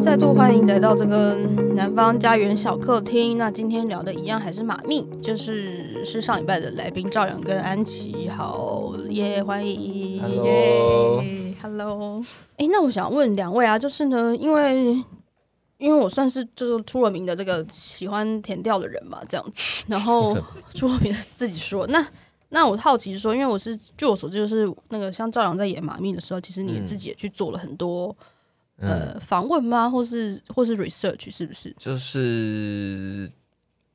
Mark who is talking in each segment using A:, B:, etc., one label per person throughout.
A: 再度欢迎来到这个南方家园小客厅。那今天聊的一样还是马密，就是是上礼拜的来宾赵阳跟安琪，好耶欢迎
B: Hello
A: 耶，Hello。哎、那我想问两位啊，就是呢，因为因为我算是就是出了名的这个喜欢甜调的人嘛，这样子，然后出了名的自己说那。 那我好奇说，因为我是据我所知，就是那个像赵阳在演马密的时候，其实你
B: 嗯
A: 自己也去做了很多
B: 嗯，
A: 呃访问吗？或是或是 research 是不是？
B: 就是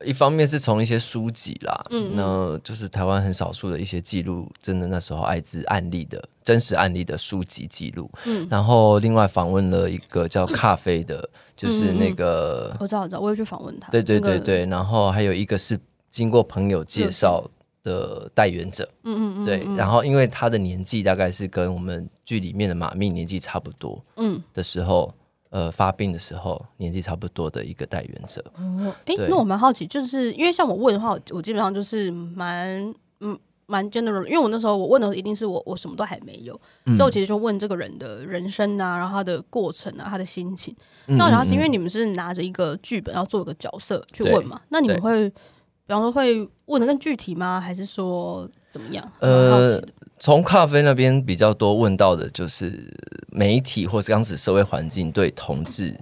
B: 一方面是从一些书籍啦，
A: 嗯嗯
B: 那就是台湾很少数的一些记录，真的那时候艾滋案例的真实案例的书籍记录，
A: 嗯
B: 然后另外访问了一个叫咖啡的，
A: 嗯
B: 就是那个，
A: 我知道，我知道，我有去访问他。
B: 呃对对
A: 那个
B: 对，对，然后还有一个是经过朋友介绍的代言者，
A: 嗯嗯嗯嗯，
B: 对，
A: 嗯
B: 然后因为他的年纪大概是跟我们剧里面的马密年纪差不多
A: 嗯，
B: 的时候，呃，发病的时候年纪差不多的一个代言者。
A: 哎、
B: 对
A: 那我蛮好奇，就是因为像我问的话，我我基本上就是蛮嗯蛮 general，的因为我那时候我问的一定是我我什么都还没有，
B: 嗯
A: 所以我其实就问这个人的人生啊，然后他的过程啊，他的心情。
B: 嗯
A: 那我想要是因为你们是拿着一个剧本，要做一个角色去问嘛？那你们
B: 对
A: 会比方说会问的更具体吗？还是说怎么样？蛮好奇
B: 呃
A: 的，嗯
B: 从咖啡那边比较多问到的就是媒体或是当时社会环境对同志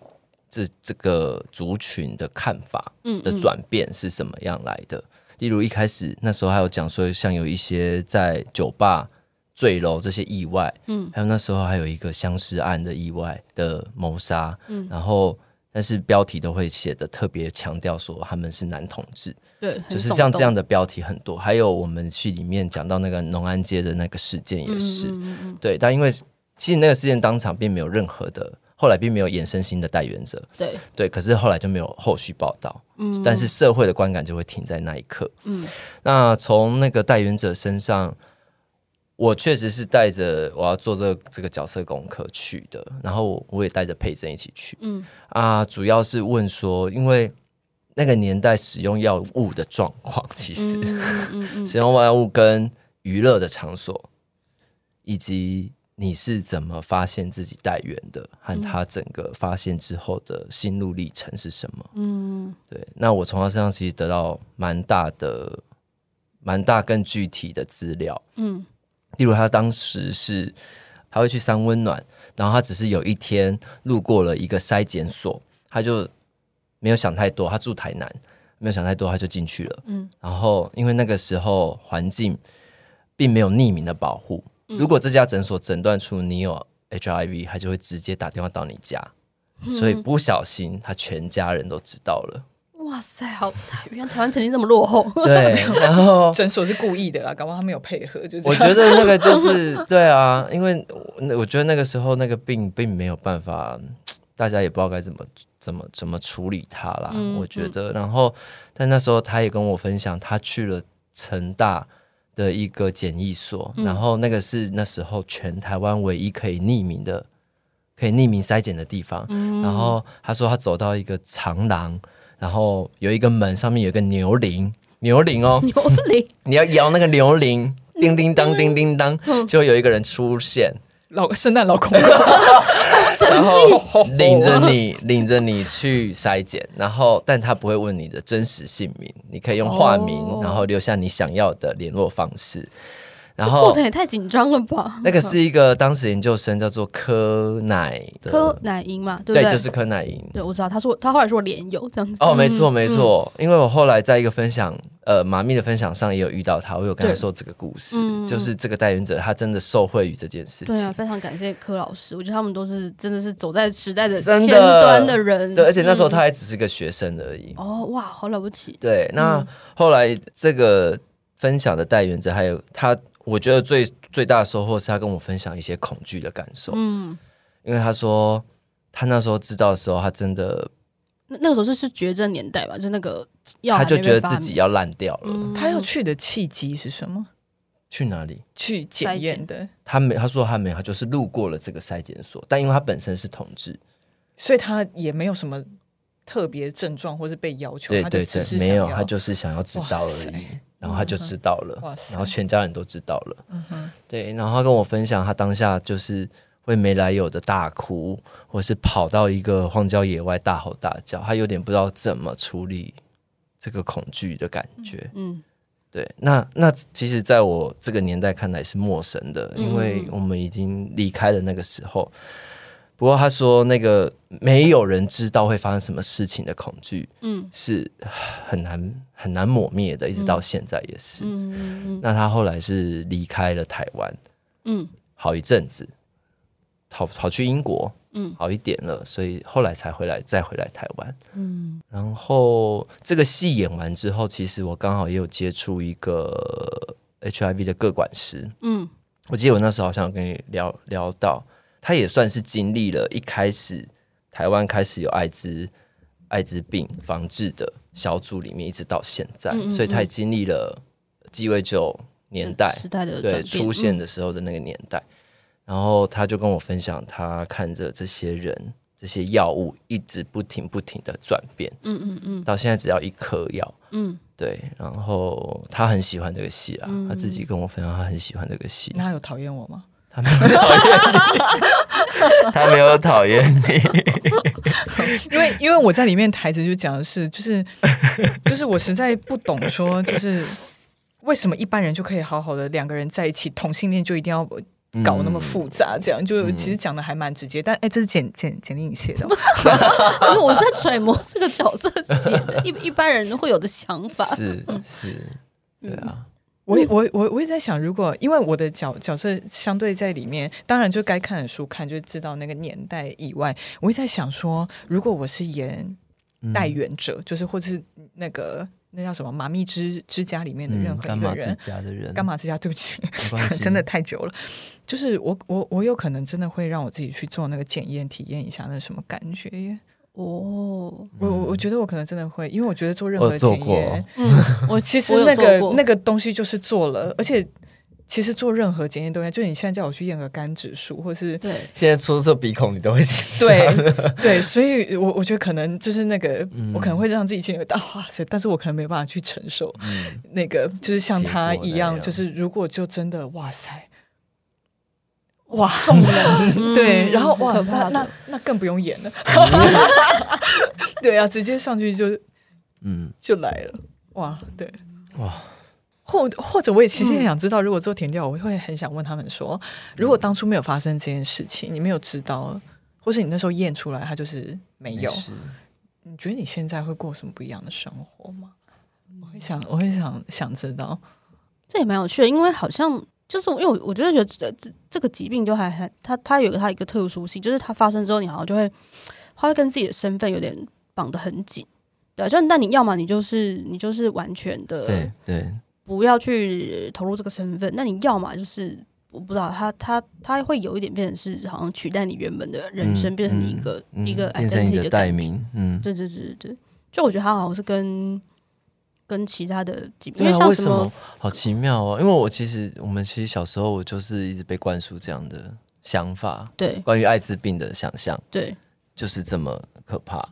B: 这这个族群的看法
A: 嗯
B: 的
A: 嗯
B: 转变是怎么样来的。例如一开始那时候还有讲说，像有一些在酒吧坠楼这些意外，
A: 嗯
B: 还有那时候还有一个相思案的意外的谋杀，
A: 嗯
B: 然后但是标题都会写的特别强调说他们是男同志，
A: 对，很
B: 就是
A: 耸
B: 像这
A: 动
B: 样的标题很多，还有我们去里面讲到那个农安街的那个事件也是，
A: 嗯嗯嗯嗯
B: 对，但因为其实那个事件当场并没有任何的，后来并没有衍生新的代言者，
A: 对，
B: 对，可是后来就没有后续报道，
A: 嗯
B: 但是社会的观感就会停在那一刻。
A: 嗯
B: 那从那个代言者身上，我确实是带着我要做这个这个角色功课去的，然后我我也带着佩珍一起去，
A: 嗯
B: 啊，主要是问说，因为那个年代使用药物的状况，其实、
A: 嗯嗯嗯
B: 使用药物跟娱乐的场所，以及你是怎么发现自己带源的，和他整个发现之后的心路历程是什么？
A: 嗯
B: 对，那我从他身上其实得到蛮大的、蛮大更具体的资料，
A: 嗯
B: 例如他当时是他会去三温暖，然后他只是有一天路过了一个筛检所，他就没有想太多，他住台南，没有想太多，他就进去了。
A: 嗯
B: 然后因为那个时候环境并没有匿名的保护，如果这家诊所诊断出你有 HIV，他就会直接打电话到你家，所以不小心他全家人都知道了。
A: 嗯，哇塞，好，原来台湾曾经这么落后。
B: 对，然后
C: 诊所是故意的啦，搞不好他没有配合，就这
B: 我
C: 样。
B: 觉得那个就是 对啊，因为我我觉得那个时候那个病并没有办法，大家也不知道该怎么怎么怎么处理它啦。
A: 嗯
B: 我觉得，然后但那时候他也跟我分享，他去了成大的一个检疫所，
C: 嗯
B: 然后那个是那时候全台湾唯一可以匿名的。可以匿名筛检的地方，
C: 嗯
B: 然后他说他走到一个长廊，然后有一个门上面有一个牛铃，牛铃哦，
A: 牛铃，
B: 你要摇那个牛铃，
A: 嗯
B: 叮叮当，叮叮当，就会有一个人出现，
C: 老圣 诞老公
B: 然后
A: 哦
C: 病
B: 领着你，领着你去筛检，然后但他不会问你的真实姓名，你可以用化名，
A: 哦
B: 然后留下你想要的联络方式。然
A: 过
B: 后
A: 程也太紧张了吧？
B: 哦那 个是一个当时研究生叫做柯乃的，
A: 柯乃英嘛，对不嗯
B: 对，
A: 对？
B: 就是柯乃因。
A: 对，我知道，他说他后来说连友这样子。
B: 哦，没错没错，因为我后来在一个分享，呃，马密的分享上也有遇到他，我有跟他
A: 对
B: 说这个故事，
A: 嗯
B: 就是这个代言者他真的受惠于这件事情。
A: 对啊，非常感谢柯老师，我觉得他们都是真的是走在时代的
B: 真的
A: 前端的人。
B: 对，而且那时候他
A: 嗯
B: 还只是个学生而已。
A: 哦哇，好了不起，
B: 对，那后来这个分享的代言者，还有他，我觉得最最大的收获是他跟我分享一些恐惧的感受，
A: 嗯，
B: 因为他说他那时候知道的时候，他真的
A: 那那个时候是是绝症年代吧，就那个药
B: 他
A: 啊还
B: 就
A: 没
B: 觉得
A: 被发
B: 自己
A: 明
B: 要烂掉了。
A: 嗯
C: 他要去的契机是什么？
B: 去哪里？
C: 去检验的，
B: 他没，他说他没有，他就是路过了这个筛检所，但因为他本身是同志，
C: 所以他也没有什么特别症状或是被要求，
B: 对
C: 他就
B: 对
C: 只
B: 对，
C: 是
B: 没
C: 想
B: 有，
C: 要
B: 他就是想要知道而
C: 哇
B: 已
C: 塞，
B: 然后他就知道了
C: 哇，塞
B: 然后全家人都知道了。
C: 嗯哼，
B: 对，然后他跟我分享，他当下就是会没来由的大哭，或是跑到一个荒郊野外大吼大叫，他有点不知道怎么处理这个恐惧的感觉。
A: 嗯
B: 对，那那其实在我这个年代看来是陌生的，
A: 嗯
B: 因为我们已经离开了那个时候。不过他说，那个没有人知道会发生什么事情的恐惧
A: 嗯
B: 是很难很难抹灭的，一直到现在也是。
A: 嗯嗯
B: 那他后来是离开了台湾
A: 嗯
B: 好一阵子，跑跑去英国，
A: 嗯
B: 好一点了，所以后来才回来再回来台湾。
A: 嗯
B: 然后这个戏演完之后，其实我刚好也有接触一个 HIV 的个管师，
A: 嗯
B: 我记得我那时候好像有跟你聊聊到，他也算是经历了一开始台湾开始有艾滋艾滋病防治的小组里面，一直到现在，
A: 嗯嗯嗯
B: 所以他也经历了鸡尾酒年代
A: 时代的转变
B: 对出现的时候的那个年代。然后他就跟我分享，他看着这些人、这些药物一直不停不停的转变，
A: 嗯嗯嗯
B: 到现在只要一颗药。
A: 嗯
B: 对，然后他很喜欢这个戏啦，他自己跟我分享，他很喜欢这个戏。
C: 那他有讨厌 我吗？
B: 他没有讨厌 你，他没有讨厌你。
C: 因为因为我在里面台词就讲的是，就是 就是我实在不懂说，就是为什么一般人就可以好好的两个人在一起，同性恋就一定要
B: 嗯
C: 搞那么复杂，这样就其实讲的还蛮直接。但哎，这是简简简历你写的哦，
A: 嗯，因为我是在揣摩这个角色写的，一一般人会有的想法。
B: 是是，对啊，
C: 我也我也我也我也在想，如果因为我的角角色相对在里面，当然就该看的书看，就知道那个年代以外，我也在想说，如果我是演
B: 嗯
C: 代言者，就是或者是那个那叫什么妈咪之之家里面的任
B: 嗯，
C: 何
B: 干
C: 一个
B: 嘛之
C: 人，
B: 家的人，
C: 干嘛之家？对不起，
B: 没关系
C: 真的太久了。就是我我我有可能真的会让我自己去做那个检验，体验一下那是什么感觉耶。
A: 哦，
C: 我我我觉得我可能真的会，因为我觉得做任
B: 嗯我
C: 何
B: 有
C: 检
B: 做
C: 验，
B: 过
A: 嗯，我
C: 其实
A: 我有
C: 那
A: 做
C: 个
A: 过
C: 那个东西就是做了，而且其实做任何检验都一样。就是你现在叫我去验个肝指数，或是
A: 对，
B: 现在出这鼻孔你都会紧张。
C: 对 对，所以我我觉得可能就是那个，
B: 嗯
C: 我可能会让自己进入到哇塞，但是我可能没办法去承受
B: 嗯，
C: 那个，就是像
B: 结
C: 他
B: 果
C: 一
B: 那
C: 样，
B: 样
C: 就是如果就真的哇塞，
A: 哇，送人 嗯
C: 对，然后
A: 很
C: 哇，
A: 可
C: 那
A: 怕
C: 那
A: 的，
C: 那更不用演 了，对啊，直接上去就
B: 嗯，
C: 就来了，哇，对，
B: 哇，
C: 或或者我也其实也想知道，如果做填调，我会很想问他们说，如果当初没有发生这件事情，你没有知道，或是你那时候验出来它就是没有，
B: 事
C: 你觉得你现在会过什么不一样的生活吗？我会想，我会想想知道，
A: 这也蛮有趣的，因为好像就是因为我我觉得觉得这这这个疾病就还还它它有它一个特殊性，就是它发生之后，你好像就会它会跟自己的身份有点绑得很紧。对啊，就那你要么你就是你就是完全的
B: 对对，
A: 不要去投入这个身份，那你要么就是我不知道，他他他会有一点变成是好像取代你原本的人生，
B: 嗯
A: 变成你一个、
B: 嗯
A: 一个
B: 变成你
A: identity
B: 的
A: 的
B: 代
A: 感觉。
B: 名，嗯，
A: 对啊对对对对，就我觉得他好像是跟跟其他的疾病，
B: 对
A: 因
B: 啊，
A: 像
B: 为
A: 什
B: 什
A: 么
B: 么好奇妙哦？因为我其实我们其实小时候我就是一直被灌输这样的想法，
A: 对
B: 关于艾滋病的想象
A: 对
B: 就是这么可怕。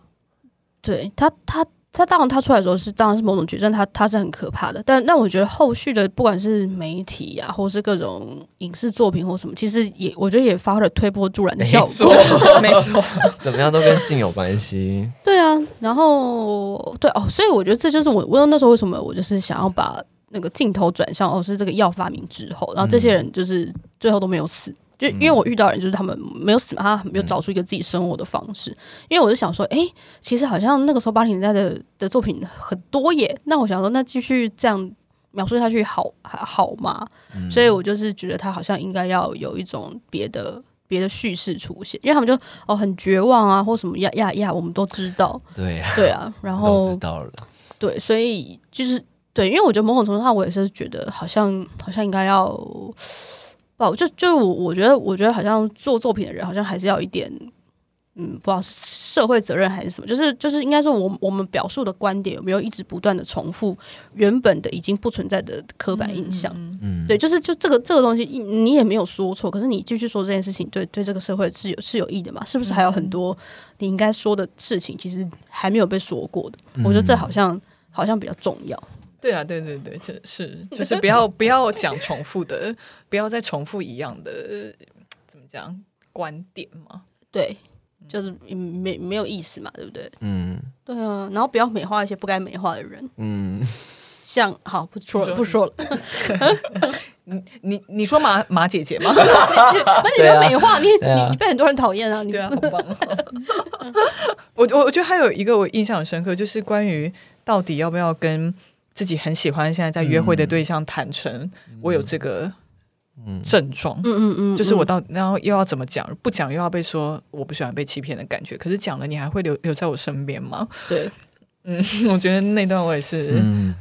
A: 对，他他他当然他出来的时候是当然是某种决战，他他是很可怕的。但但我觉得后续的不管是媒体啊，或是各种影视作品或什么，其实也我觉得也发挥了推波助澜的效果。
C: 没错，
B: 怎么样都跟性有关系。
A: 对啊，然后对哦，所以我觉得这就是我我那时候为什么我就是想要把那个镜头转向哦，是这个药发明之后，然后这些人就是最后都没有死。就因为我遇到的人，就是他们没有死嘛，他没有找出一个自己生活的方式。因为我就想说，哎、其实好像那个时候八零年代的的作品很多耶。那我想说，那继续这样描述下去好还好吗？所以我就是觉得他好像应该要有一种别的别的叙事出现，因为他们就哦很绝望啊，或什么呀呀呀，我们都知 道。
B: 对啊，
A: 对啊，然
B: 都
A: 后
B: 知道了。
A: 对，所以就是对，因为我觉得某种程度上，我也是觉得好像好像应该要，不就就我我觉得我觉得好像做作品的人好像还是要有一点，嗯，不知道是社会责任还是什么，就是就是应该说我我们表述的观点有没有一直不断的重复原本的已经不存在的刻板印象。
B: 嗯，
A: 对，就是就这个这个东西，你你也没有说错，可是你继续说这件事情，对对这个社会是有是有益的嘛？是不是还有很多你应该说的事情，其实还没有被说过的？我觉得这
B: 嗯
A: 好像好像比较重要。
C: 对啊，对对对，就是就是 不要不要讲重复的，不要再重复一样的，怎么讲？观点吗？
A: 对，就是没没有意思嘛，对不对？
B: 嗯
A: 对啊，然后不要美化一些不该美化的人，
B: 嗯，
A: 像好不说了不说了，
C: 你你你说马马姐姐吗？
A: 那你不要美化，你
B: 对啊
A: 你你被很多人讨厌啊，你
C: 对啊，好棒、哦 我我我觉得还有一个我印象很深刻，就是关于到底要不要跟自己很喜欢现在在约
B: 嗯
C: 会的对象坦诚，我有这个症状。
A: 嗯嗯嗯，
C: 就是
A: 嗯
C: 我到，然后又要怎么讲？不讲又要被说我不喜欢被欺骗的感觉。可是讲了，你还会留留在我身边吗？
A: 对，
C: 嗯，我觉得那段我也是
B: 嗯，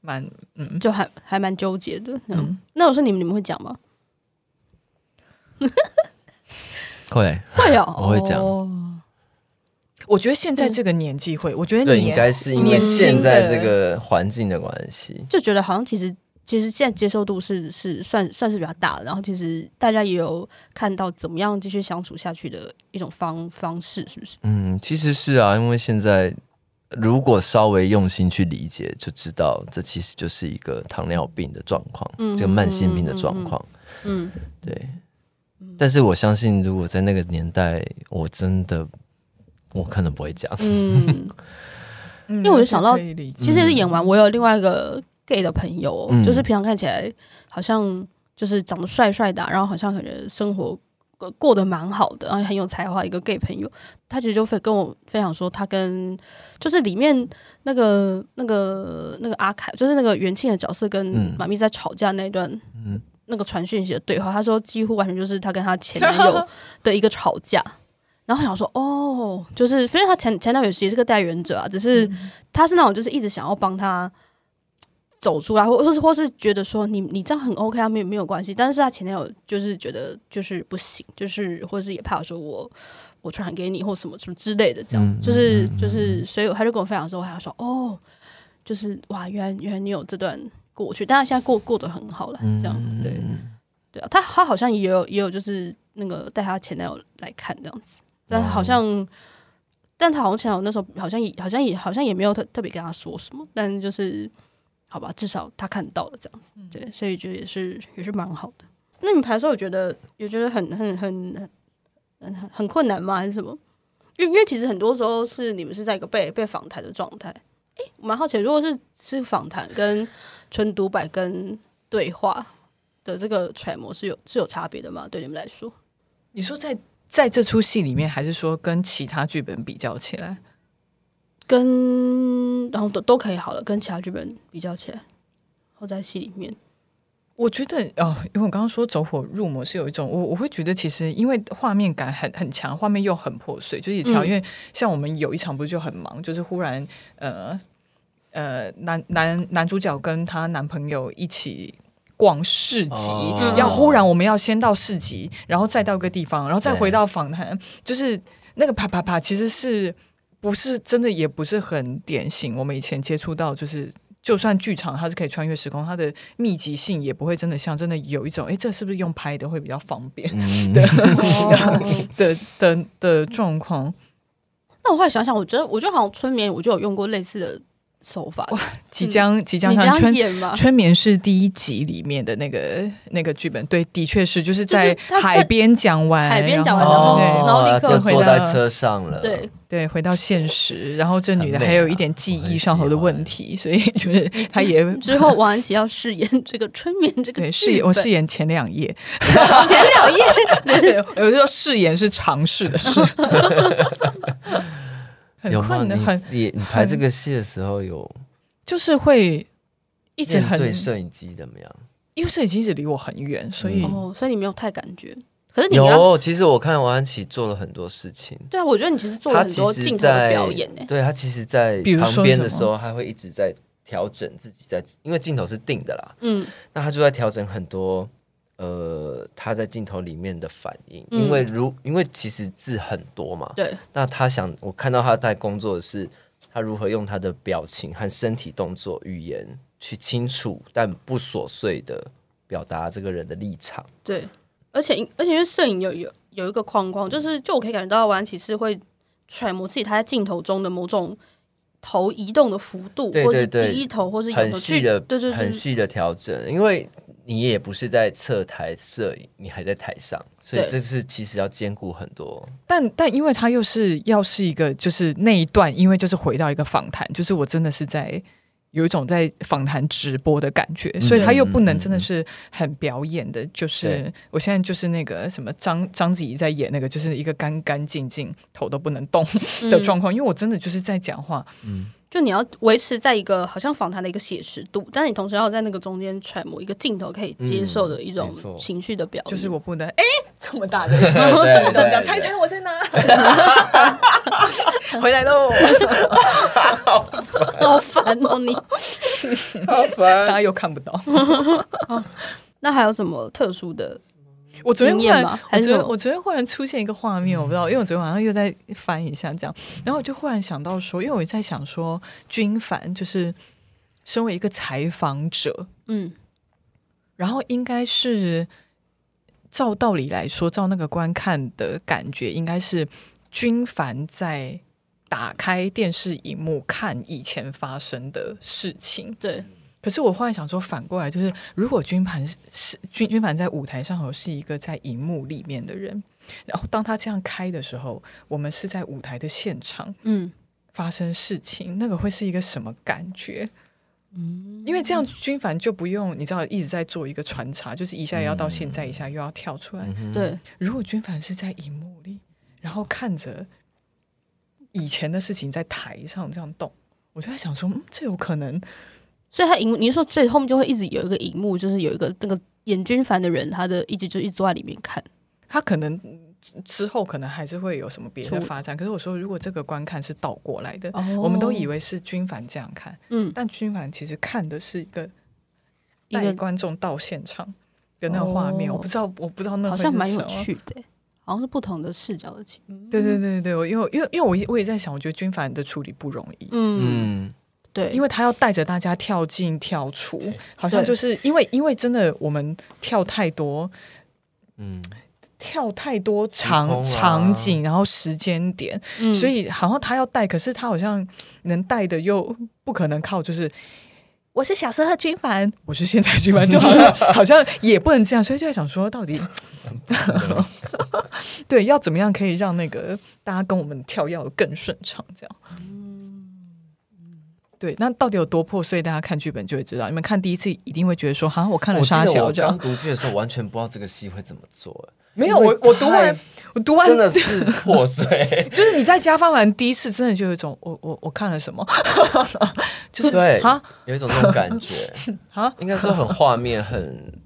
C: 蛮嗯
A: 就还还蛮纠结的。嗯
C: 嗯，
A: 那我说你们你们会讲吗？
B: 会
A: 会哦，
B: 我会讲
A: 哦
C: 我觉得现在这个年纪会，我觉得
B: 对，
C: 你
B: 应该是因为
C: 年轻
B: 现在
C: 的
B: 这个环境的关系，
A: 就觉得好像其实其实现在接受度是是算算是比较大的，然后其实大家也有看到怎么样继续相处下去的一种方方式，是不是？
B: 嗯，其实是啊，因为现在如果稍微用心去理解，就知道这其实就是一个糖尿病的状况，
A: 嗯
B: 这个慢性病的状况。
A: 嗯，
B: 对，但是我相信，如果在那个年代，我真的我可能不会讲。
A: 嗯，
C: 因
A: 因为我就想到其实也是
B: 嗯
A: 演完，我有另外一个 gay 的朋友哦、
B: 嗯
A: 就是平常看起来好像就是长得帅帅的啊、然后好像感觉生活过过得蛮好的，然后很有才华的一个 gay 朋友，他其实就会跟我分享说，他跟就是里面那个那个那个阿凯，就是那个元庆的角色跟
B: 嗯
A: 马咪在吵架那一段，
B: 嗯
A: 那个传讯息的对话，他说几乎完全就是他跟他前男友的一个吵架。然后我想说，哦，就是，所以他前前男友其实是个代言者啊，只是他是那种就是一直想要帮他走出来，或或是或是觉得说你你这样很 OK 啊，没有没有关系。但是他前男友就是觉得就是不行，就是或是也怕说我我传给你或什么什么之类的，这样、
B: 嗯
A: 就是
B: 嗯嗯嗯
A: 就是，所以他就跟我分享说，我还说哦，就是哇，原来原来你有这段过去，但他现在过过得很好了，这样、
B: 嗯
A: 对对啊，他他好像也有也有就是那个带他前男友来看这样子，但好像。但他好像前男友那时候好像也好像也好像也没有特特别跟他说什么，但就是好吧，至少他看到了这样子，对，所以觉得也是也是蛮好的。那你排的时候，有觉得有觉得很很很很很很困难吗？还是什么？因为因为其实很多时候是你们是在一个被被访谈的状态。诶，我蛮好奇，如果是是访谈跟纯独白跟对话的这个揣摩是有是有差别的吗？对你们来说，
C: 你说在在这出戏里面，还是说跟其他剧本比较起来？
A: 跟然后都都可以好了，跟其他剧本比较起来，或在戏里 面，
C: 我觉得哦，因为我刚刚说走火入魔是有一种，我我会觉得其实因为画面感很很强，画面又很破碎，就是一条、
A: 嗯
C: 因为像我们有一场不是就很忙，就是忽然呃呃男男男主角跟她男朋友一起。逛市集，
B: 哦
C: 要忽然我们要先到市集，然后再到一个地方，然后再
B: 对
C: 回到访谈，就是那个啪啪啪，其实是不是真的也不是很典型。我们以前接触到，就是就算剧场它是可以穿越时空，它的密集性也不会真的像真的有一种，诶，这是不是用拍的会比较方 便
B: 嗯，
C: 的的的状况？
A: 那我后来想想，我觉得，我觉得好像春眠，我就有用过类似的手法。
C: 即将即将
A: 嗯你这
C: 上
A: 样
C: 春。
A: 演 嘛？
C: 春眠是第一集里面的那个那个剧本，对，的确是，就是
A: 就是
C: 在
A: 他在
C: 海边讲完，
A: 海边讲完
C: 然
B: 哦
C: 后
A: 然
C: 对
A: 后然后立刻
B: 就
C: 回
B: 坐在
C: 到
B: 车上了，
A: 对，
C: 对，回到现实，然后这女的
B: 很累啊
C: 还有一点记忆上头的问题，所以就是她也
A: 之后王安琪要饰演这个春眠这个
C: 对
A: 剧
C: 饰演我
A: 本
C: 饰演前两页，
A: 前两页，
C: 对，有时候誓言是尝试 的事，很
B: 有吗？
C: 困难，
B: 你
C: 很
B: 你你排这个戏的时候有
C: 就是会一
B: 一
C: 直很，
B: 对摄影机怎么样？
C: 因为摄影机一直离我很远，所以、
B: 嗯
A: 哦，所以你没有太感觉。可是你要
B: 有，其实我看王安琪做了很多事情，
A: 对啊，我觉得你其实做了
B: 他
A: 很
B: 其
A: 多
B: 实
A: 镜头的
B: 在
A: 表演欸呢。
B: 对他其实，在
C: 比如说
B: 旁边的
C: 什么
B: 时候，他会一直在调整自己在，因为镜头是定的啦，
A: 嗯
B: 那他就在调整很多呃他在镜头里面的反应，
A: 嗯
B: 因为如因为其实字很多嘛，
A: 对，
B: 那他想我看到他在工作的是他如何用他的表情和身体动作、语言去清楚但不琐碎的表达这个人的立场，
A: 对，而且而且因为摄影有有有一个框框，就是就我可以感觉到王安琪是会揣摩自己他在镜头中的某种头移动的幅度，
B: 对
A: 或是
B: 对对
A: 低头，或是仰
B: 很
A: 头
B: 细
A: 去，
B: 的
A: 对对对
B: 很细的调整，因为你也不是在侧台摄影，你还在台上，所以
A: 对
B: 这是其实要兼顾很多。
C: 但但因为他又是要是一个就是那一段，因为就是回到一个访谈，就是我真的是在有一种在访谈直播的感
B: 嗯
C: 觉，所以他又不能真的是很表演的，就是
B: 对
C: 我现在就是那个什么张章子怡在演那个，就是一个干干净净头都不能动
B: 嗯
C: 的状况，因为我真的就是在讲话，
A: 就你要维持在一个好像访谈的一个写实度，但你同时要在那个中间揣摩一个镜头可以接受的一种
B: 嗯没错
A: 情绪的表
C: 就
A: 现。
C: 是我不能哎、这么大的
B: 对
C: 这么讲
B: 对
C: 猜猜我在哪，回来喽，
A: 好烦哦你。
C: 大家又看不到。
A: 那还有什么特殊的？
C: 我昨天忽然
A: 经验吗，
C: 我
A: 还是什
C: 昨天
A: 么
C: 我昨天忽然出现一个画面，我不知道，因为我昨天晚上又在翻一下这样，然后我就忽然想到说，因为我在想说，军凡就是身为一个采访者，
A: 嗯，
C: 然后应该是照道理来说，照那个观看的感觉，应该是军凡在打开电视荧幕看以前发生的事情，
A: 对，
C: 可是我忽然想说，反过来就是，如果军盘是是军军盘在舞台上头是一个在荧幕里面的人，然后当他这样开的时候，我们是在舞台的现场
A: 嗯，
C: 发生事情，那个会是一个什么感觉？嗯，因为这样军凡就不用你知道一直在做一个穿插，就是一下要到现在，一下又要跳出来。
B: 嗯
A: 对，
C: 如果军凡是在荧幕里，然后看着以前的事情在台上这样动，我就在想说，嗯，这有可能
A: 所以他荧，你是说最后面就会一直有一个荧幕，就是有一个那个演军凡的人，他的一直就一直坐在里面看。
C: 他可能嗯之之后可能还是会有什么别的
A: 出
C: 发展。可是我说，如果这个观看是倒过来的，
A: 哦
C: 我们都以为是军凡这样看，
A: 嗯，
C: 但军凡其实看的是一个
A: 一个
C: 带观众到现场的那个画面。
A: 哦
C: 我不知道，我不知道那
A: 好
C: 会是
A: 像蛮
C: 什
A: 有
C: 么。嗯
A: 趣的、好像是不同的视角的情。
C: 对对对对，我因为因为因为我也我也在想，我觉得军凡的处理不容易。
A: 嗯，
B: 嗯，
A: 对，
C: 因
A: 为
C: 为他要带着大家跳进跳出
B: 对，
C: 好像
A: 对
C: 就是因为因为真的我们跳太多，
B: 嗯，
C: 跳太多
B: 空
C: 场、
B: 啊
C: 场景，然后时间点，
A: 嗯
C: 所以好像他要带，可是他好像能带的又不可能靠，就是我是小时候的军凡，我是现在的军凡，就好像 好像也不能这样，所以就在想说，到底 对要怎么样可以让那个大家跟我们跳要更顺畅，这样。嗯对，那到底有多破碎？大家看剧本就会知道。你们看第一次一定会觉得说，哈，我看了
B: 我记
C: 沙
B: 得我
C: 小这
B: 刚
C: 样。
B: 读剧的时候完全不知道这个戏会怎么做，欸
C: 没有，我我读完
B: 太，
C: 我读完。
B: 真的是破碎
C: 就是你在家翻完第一次，真的就有一种我我我看了什么， 就是
B: 对
C: 啊
B: 有一种那种感觉，
C: 啊，
B: 应该说很画面，很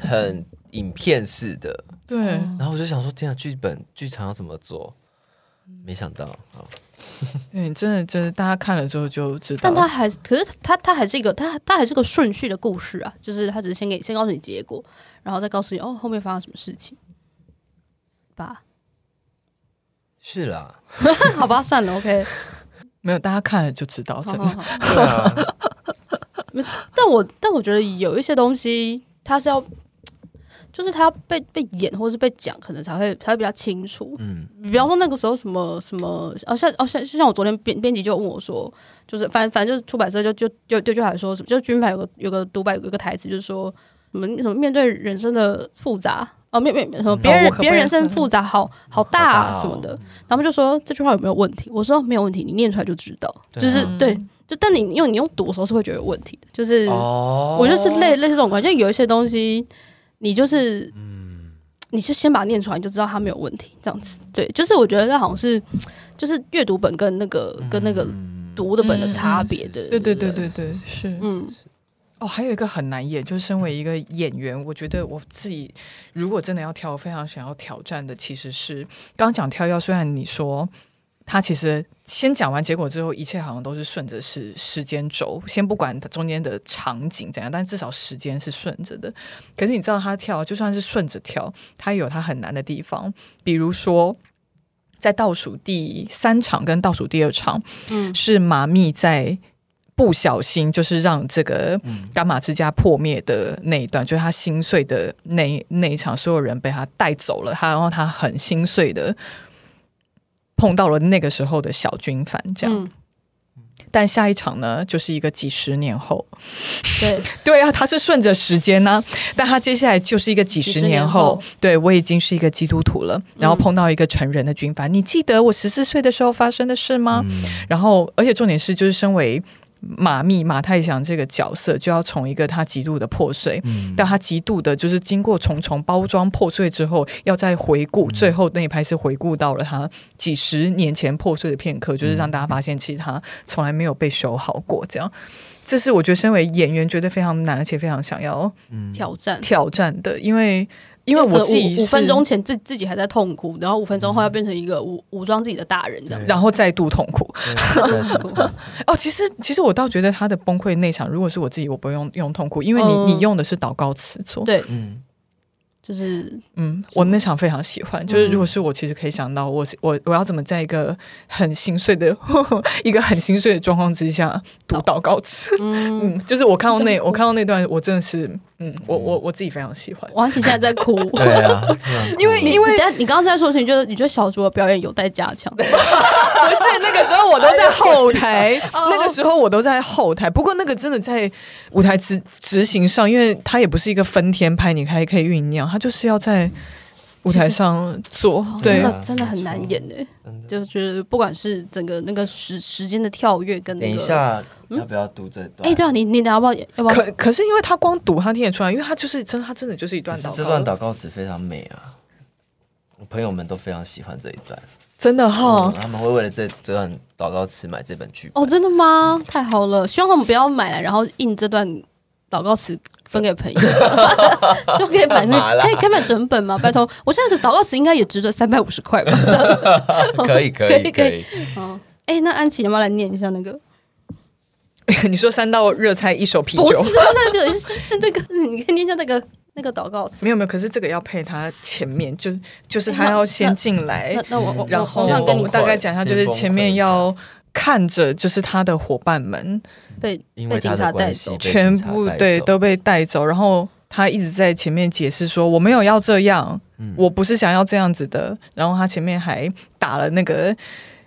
B: 很影片式的。
C: 对，
A: 哦
B: 然后我就想说，天啊，剧本剧场要怎么做？没想到啊，
C: 对，真的就是大家看了之后就知道
A: 但
C: 了。
A: 他还是，可是他他还是一个他他还是个顺序的故事啊，就是他只是先给先告诉你结果，然后再告诉你哦后面发生什么事情，吧？
B: 是啦，
A: 好吧，算了，OK，
C: 没有，大家看了就知道，真
A: 好
C: 的。
A: 好好。
B: 对啊，
A: 但我但我觉得有一些东西，它是要，就是它要被被演或是被讲，可能才会才会比较清楚。
B: 嗯，
A: 比方说那个时候什么什么，哦像哦像像我昨天编编辑就问我说，就是反正反正就是出版社就就就就就还说什么，就是军牌有个有个独白有个台词，就是说什么什么面对人生的复杂。哦，面面什么别
C: 我
A: 人
C: 可不
A: 别人人
C: 可以
A: 生复杂 好好大
B: 好大
A: 啊
B: 哦
A: 什么的，他们就说这句话有没有问题？我说没有问题，你念出来就知道。
B: 对啊
A: 就是
C: 嗯
A: 对，就但你用你用读的时候是会觉得有问题的，就是、
B: 哦
A: 我就是类类似这种关系，就有一些东西，你就是，
C: 嗯
A: 你就先把它念出来，你就知道它没有问题，这样子。对，就是我觉得这好像是，就是阅读本跟那个跟那个嗯读的本的差别的。
C: 嗯对对对对对，是
A: 嗯
C: 哦，还有一个很难演，就是身为一个演员，我觉得我自己如果真的要挑，我非常想要挑战的其实是刚刚讲跳跃，虽然你说他其实先讲完结果之后，一切好像都是顺着时时间轴，先不管它中间的场景怎样，但至少时间是顺着的。可是你知道他跳，就算是顺着跳，他也有他很难的地方，比如说。在倒数第三场跟倒数第二场，
A: 嗯
C: 是马密在不小心就是让这个伽马之家破灭的那一段，就是他心碎的那一那一场，所有人被他带走了，他然后他很心碎的碰到了那个时候的小军阀，这样。
A: 嗯
C: 但下一场呢，就是一个几十年后。
A: 对，
C: 对啊，他是顺着时间呢、但他接下来就是一个几十年后，嗯
A: 几
C: 对我已经是一个基督徒了，然后碰到一个成人的军阀。你记得我十四岁的时候发生的事
B: 嗯
C: 吗？然后，而且重点是，就是身为马密马太祥这个角色，就要从一个他极度的破碎，
B: 嗯
C: 到他极度的，就是经过重重包装破碎之后，要再回顾，最后那一拍是回顾到了他几十年前破碎的片刻，就是让大家发现，其实他从来没有被修好过。这样，这是我觉得身为演员觉得非常难，而且非常想要
B: 嗯
A: 挑战。
C: 挑战的，因为因为我自己
A: 可能五五
C: 是
A: 分钟，前自自己还在痛苦，然后五分钟后要变成一个武武装自己的大人这样。
C: 然后再度痛苦。
B: 对对
C: 哦，其实其实我倒觉得他的崩溃那场，如果是我自己，我不用用痛苦，因为你、
A: 嗯
C: 你用的是祷告词作。
A: 对，
B: 嗯，
A: 就是
C: 嗯，我那场非常喜欢，就是
A: 嗯
C: 如果是我，其实可以想到我我我要怎么在一个很心碎的 一个很心碎的状况之下读祷告词。
A: 嗯，哦
C: 嗯，就是我看到那
A: 真的
C: 我看到那段，我真的是嗯，我我我自己非常喜欢。
A: 王琦现在在 哭。
B: 对啊，突然哭
C: 因为
B: 了
C: 因为
A: 你等下你刚刚在说的事情，就是你觉得小竹的表演有待加强。
C: 不是那个时候我都在后台，
A: 哎 哦
C: 那个时候我都在后台。不过那个真的在舞台执执行上，因为它也不是一个分天拍，你还可以酝酿，它就是要在舞台上做
A: 哦。
C: 对
A: 真
B: 啊，
A: 的真的很难演诶，
B: 真的
A: 就是不管是整个那个时时间的跳跃跟那
B: 等
A: 个，
B: 一下要不要读这段？
A: 哎，对啊，你你等下要不要要不要
C: 可可是因为他光读他听得出来，因为他就是真的，他真的就是一
B: 可
C: 段
B: 是
C: 祷告，
B: 这段祷告词非常美啊，我朋友们都非常喜欢这一段，
C: 真的
B: 嗯
C: 哈。
B: 他们会为了这这段祷告词买这本剧本。
A: 哦，真的吗？太好了，希望他们不要买来，然后印这段祷告词分给 朋友。希望可以买
B: 干嘛
A: 那
B: 啦
A: 可以可以买整本吗？拜托，我现在的祷告词应该也值得三百五十块吧？这样
B: 可以可
A: 可以
B: 以
A: 可
B: 可
A: 以
B: 以，
A: 嗯，哎、那安琪要不要来念一下那个？
C: 你说三道热菜一手啤
A: 不是，
C: 酒
A: 不。是，不是，是是那个， 你可以念一下那个那个祷告词。
C: 没有没有，可是这个要配他前面，就就是
A: 哎
C: 他
A: 那
C: 要先进
B: 哎
C: 来
A: 哎那，那我我
C: 然
A: 我
C: 后
A: 我想跟你
C: 我大概讲一下，就是前面要看着，就是他的伙伴们
A: 被
B: 因
A: 被
B: 为
A: 警
B: 他
A: 察
B: 的
A: 带
B: 关系
A: 走
B: 被，
C: 全
B: 警察
C: 部
B: 带
C: 对
B: 走
C: 都被带走，然后他一直在前面解释说我没有要这样，
B: 嗯
C: 我不是想要这样子的，然后他前面还打了那个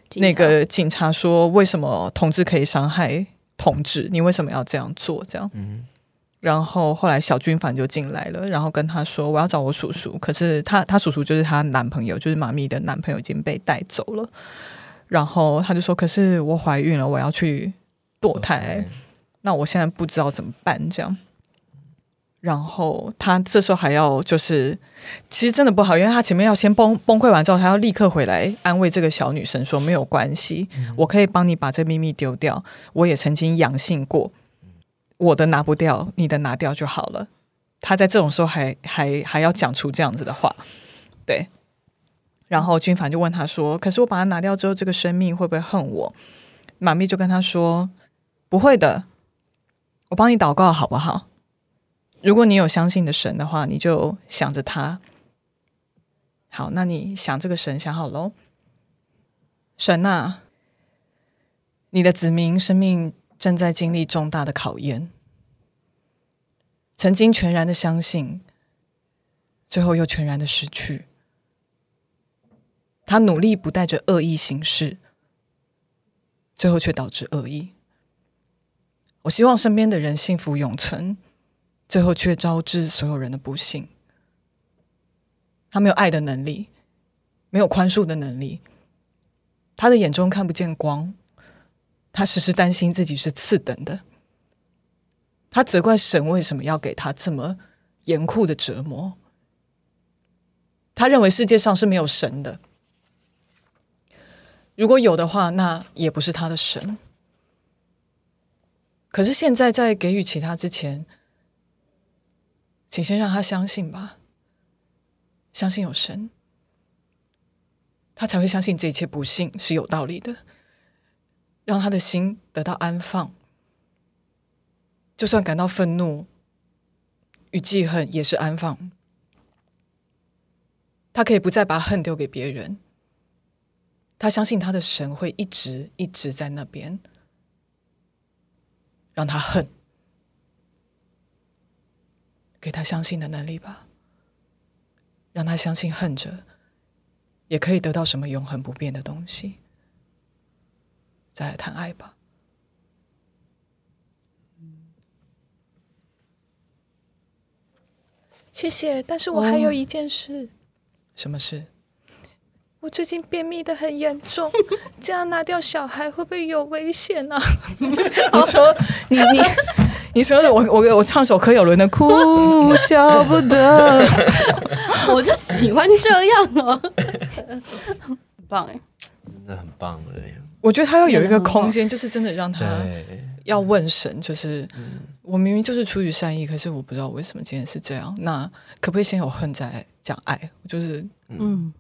A: 警察
C: 那个警察说，为什么同志可以伤害同志？你为什么要这样做？这样，
B: 嗯
C: 然后后来小军反就进来了，然后跟他说我要找我叔叔，可是他他叔叔就是她男朋友，就是妈咪的男朋友已经被带走了，然后他就说，可是我怀孕了，我要去堕胎。那我现在不知道怎么办这样。然后他这时候还要就是，其实真的不好，因为他前面要先崩崩溃完之后，他要立刻回来安慰这个小女生说没有关系，我可以帮你把这秘密丢掉，我也曾经阳性过，我的拿不掉，你的拿掉就好了。他在这种时候还还还要讲出这样子的话，对。然后军凡就问他说：“可是我把它拿掉之后，这个生命会不会恨我？”妈咪就跟他说：“不会的，我帮你祷告好不好？如果你有相信的神的话，你就想着他。好，那你想这个神想好喽。神呐、你的子民生命正在经历重大的考验，曾经全然的相信，最后又全然的失去。他努力不带着恶意行事，最后却导致恶意。我希望身边的人幸福永存，最后却招致所有人的不幸。他没有爱的能力，没有宽恕的能力，他的眼中看不见光，他时时担心自己是次等的，他责怪神为什么要给他这么严酷的折磨。他认为世界上是没有神的，如果有的话，那也不是他的神。可是现在在给予其他之前，请先让他相信吧，相信有神，他才会相信这一切不幸是有道理的，让他的心得到安放。就算感到愤怒与记恨，也是安放。他可以不再把恨丢给别人，他相信他的神会一直一直在那边。让他恨，给他相信的能力吧，让他相信恨着也可以得到什么永恒不变的东西。再来谈爱吧，谢谢，但是我还有一件事，哦什么事？我最近便秘的很严 重，这样拿掉小孩会不会有危险 啊？你说，你你你说我我我唱首柯有伦的《 哭笑不得》，
A: 我就喜欢这样哦， 很棒哎，
B: 真的很棒了耶。
C: 我觉得他要有一个空间，就是真的让他
B: 对，
C: 要问神，就是我明明就是出于善意，可是我不知道为什么今天是这样。那可不可以先有恨再讲爱？就是
A: 嗯，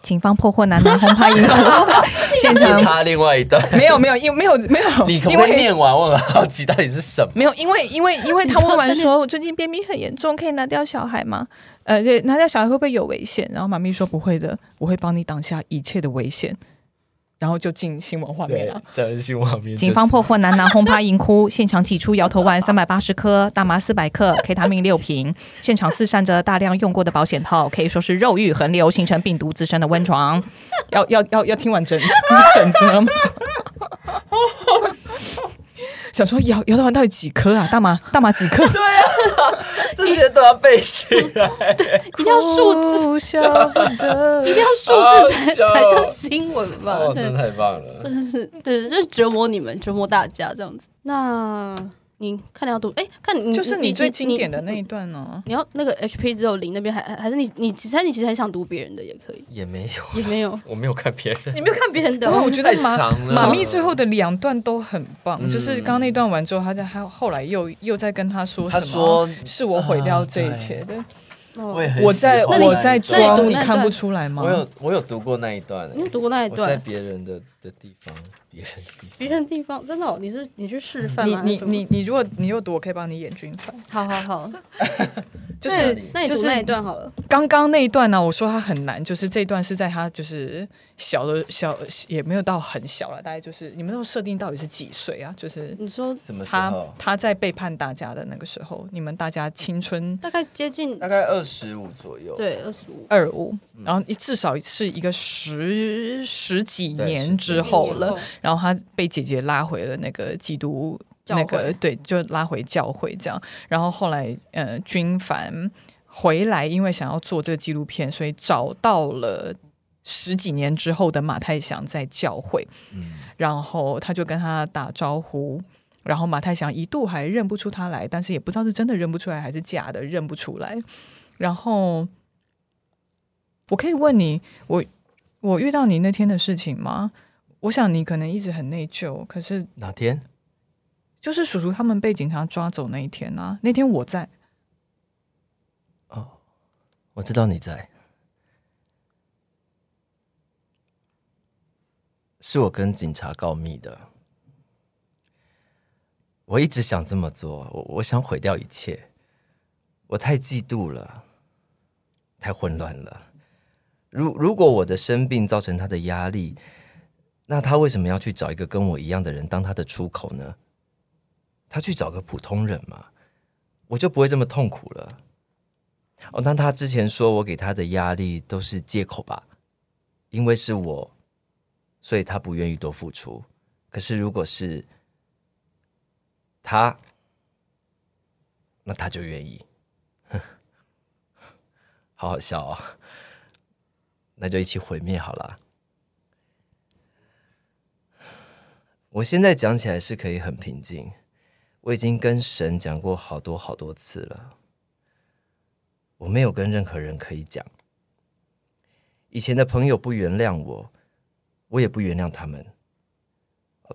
D: 警方破获男男轰趴 银行，现
B: 是
D: 场
B: 他另外一段，
C: 没有没有，因没有没有，
B: 你可
C: 因
B: 不可以
C: 为
B: 念完？我很好奇到底是什么。
C: 没有，因为因为因为他问完说，我最近便秘很严重，可以拿掉小孩吗？呃，对，拿掉小孩会不会有危险？然后妈咪说不会的，我会帮你挡下一切的危险。然后就进新闻画面啊
B: 对
C: 了。，
B: 在新闻旁边，
D: 警方破获男男轰趴银窟， 现场提出摇头丸三百八十颗，大麻四百克，K 他命六瓶，现场四散着大量用过的保险套，可以说是肉欲横流，形成病毒滋生的温床。
C: 要要要要听完整 整则吗？想说摇摇到完到底几颗啊？大麻大麻几颗？
B: 这些都要背起来，
A: 一定 要数字，
C: 字，笑不得
A: 一定要数字才
B: 好笑
A: 才像新闻吧？
B: 哦，
A: 对
B: 真的太棒了。
A: 真的是，对，就是折磨你们，折磨大家这样子。那你看你要读，哎、看你
C: 就是你最经典的那一
A: 你
C: 段呢、
A: 你要那个 HP 只有零那边还还还是你你其实你其实很想读别人的也可以，
B: 也没有，
A: 也没有，
B: 我没有看别人，
A: 你没有看别人的
C: 因为
A: 哦，
C: 我觉得
B: 太
C: 妈
B: 长了
C: 妈咪最后的两段都很棒，
B: 嗯
C: 就是刚刚那段完之后，他在还有后来又又在跟他说什
B: 他
C: 么，
B: 说
C: 是我毁掉这一切的，
B: 我
A: 哦
B: 也很喜欢
C: 我在
A: 那你
C: 我在
A: 那你读
C: 装，你
A: 那段
C: 看不出来吗？
B: 我有我有读过那一段欸，
A: 你有读过那一
B: 我在
A: 段，
B: 别人的的地方，别人的地方，
A: 别人的地方真的、哦，你是你去示范
C: 你
A: 吗？
C: 你
A: 还是什么
C: 你，你如果你有读，我可以帮你演军法。
A: 好好 好，
C: 就
A: 那
C: 是
A: 你那你
C: 就
A: 读
C: 是
A: 那一段好了，
C: 刚刚那一段呢、我说它很难，就是这一段是在他就是小的小也没有到很小了，大概就是你们那时候设定到底是几岁啊？就是
A: 你说
B: 什么时
C: 他
B: 候？
C: 他在背叛大家的那个时候，你们大家青春
A: 大概接近
B: 大概二十五左右，
A: 对二十五，
C: 二五，然后至少是一个十十几
B: 对
C: 年
B: 十
C: 之
B: 几
C: 后
B: 年
C: 了。，然后他被姐姐拉回了那个基督
A: 教
C: 那
A: 会
C: 个对，就拉回教会这样。然后后来呃，军凡回来，因为想要做这个纪录片，所以找到了。十几年之后的马太祥在教会，
B: 嗯
C: 然后他就跟他打招呼，然后马太祥一度还认不出他来，但是也不知道是真的认不出来还是假的认不出来。然后我可以问你，我我遇到你那天的事情吗？我想你可能一直很内疚，可是
B: 哪天？
C: 就是叔叔他们被警察抓走那一天啊，那天我在，
B: 我知道你在，是我跟警察告密的。我一直想这么做，我我想毁掉一切，我太嫉妒了，太混乱了。如如果我的生病造成他的压力，那他为什么要去找一个跟我一样的人当他的出口呢？他去找个普通人嘛，我就不会这么痛苦了。哦，那他之前说我给他的压力都是借口吧？因为是我，所以他不愿意多付出。可是如果是他，那他就愿意。 好好笑哦！那就一起毁灭好了。我现在讲起来是可以很平静，我已经跟神讲过好多好多次了。我没有跟任何人可以讲。以前的朋友不原谅我，我也不原谅他们。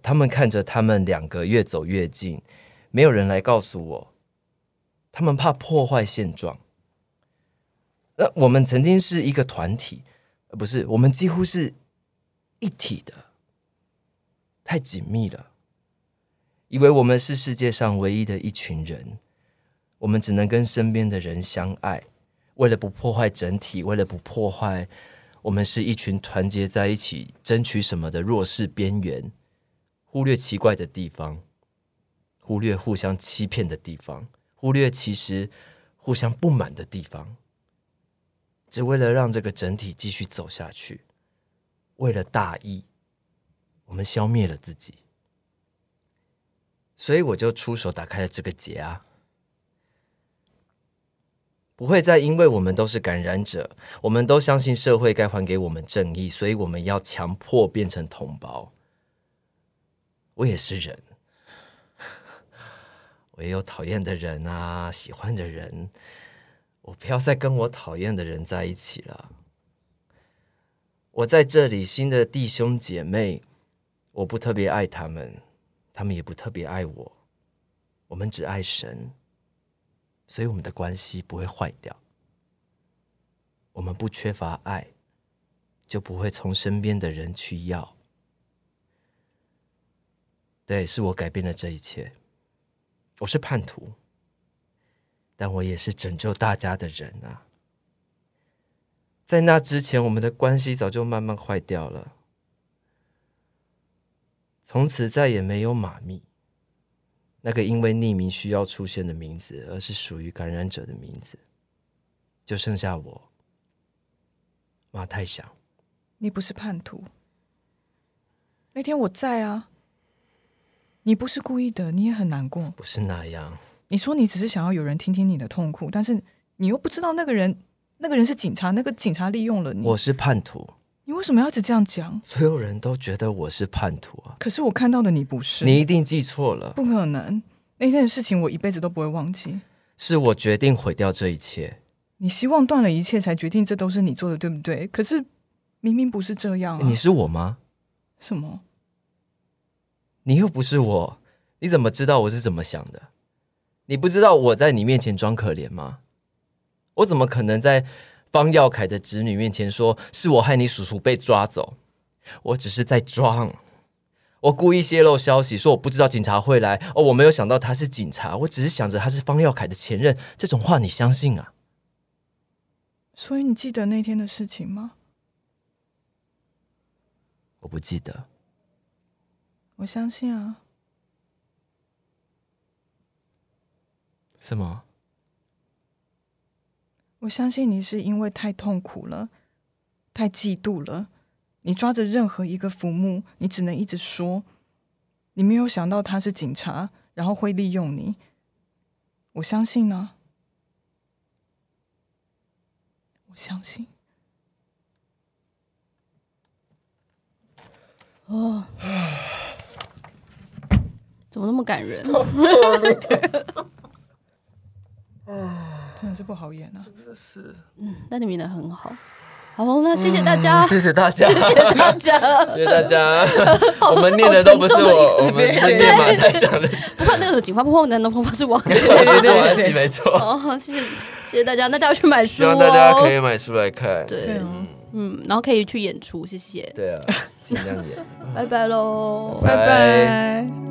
B: 他们看着他们两个越走越近，没有人来告诉我，他们怕破坏现状。那我们曾经是一个团体，呃不是我们几乎是一体的，太紧密了，以为我们是世界上唯一的一群人。我们只能跟身边的人相爱。为了不破坏整体，为了不破坏我们是一群团结在一起争取什么的弱势边缘，忽略奇怪的地方，忽略互相欺骗的地方，忽略其实互相不满的地方，只为了让这个整体继续走下去。为了大义，我们消灭了自己，所以我就出手打开了这个结啊。不会再因为我们都是感染者，我们都相信社会该还给我们正义，所以我们要强迫变成同胞。我也是人， 我也有讨厌的人啊，喜欢的人，我不要再跟我讨厌的人在一起了。我在这里，新的弟兄姐妹，我不特别爱他们，他们也不特别爱我，我们只爱神。所以我们的关系不会坏掉。我们不缺乏爱，就不会从身边的人去要。对，是我改变了这一切。我是叛徒，但我也是拯救大家的人啊。在那之前，我们的关系早就慢慢坏掉了。从此再也没有马密。那个因为匿名需要出现的名字，而是属于感染者的名字，就剩下我马太祥。
C: 你不是叛徒。那天我在啊，你不是故意的，你也很难过。
B: 不是那样，
C: 你说你只是想要有人听听你的痛苦，但是你又不知道那个人，那个人是警察，那个警察利用了你。
B: 我是叛徒，
C: 你为什么要一直这样讲？
B: 所有人都觉得我是叛徒啊！
C: 可是我看到的你不是，
B: 你一定记错了，
C: 不可能。那天的事情我一辈子都不会忘记。
B: 是我决定毁掉这一切。
C: 你希望断了一切，才决定这都是你做的，对不对？可是明明不是这样、啊。
B: 你是我吗？
C: 什么？
B: 你又不是我，你怎么知道我是怎么想的？你不知道我在你面前装可怜吗？我怎么可能在方耀凯的侄女面前说是我害你叔叔被抓走？我只是在装，我故意泄露消息，说我不知道警察会来，哦，我没有想到他是警察，我只是想着他是方耀凯的前任。这种话你相信啊？
C: 所以你记得那天的事情吗？
B: 我不记得，
C: 我相信啊。
B: 什么？
C: 我相信你是因为太痛苦了，太嫉妒了，你抓着任何一个浮木，你只能一直说，你没有想到他是警察，然后会利用你。我相信啊呢、我相信。
A: 怎么那么感 人？
C: 真的是不好演啊！
A: 那你们的很好。好，那谢谢大家，
B: 谢谢大家，
A: 谢嗯谢大家。
B: 谢谢大家。 我们念的都不是我，我
A: 好沉重的
B: 们
A: 一个
B: 是念马太祥的。
A: 不怕那个警方不碰男的，不怕是王。
B: 没错，安琪没错。
A: 哦，谢谢谢谢大家，那大家去买
B: 希
A: 书哦。
B: 望大家可以买书来看。
A: 对
C: 对，啊，
A: 嗯，然后可以去演出，谢谢，嗯
B: 对啊，尽量演。
A: 拜拜喽。
B: 拜
C: 拜拜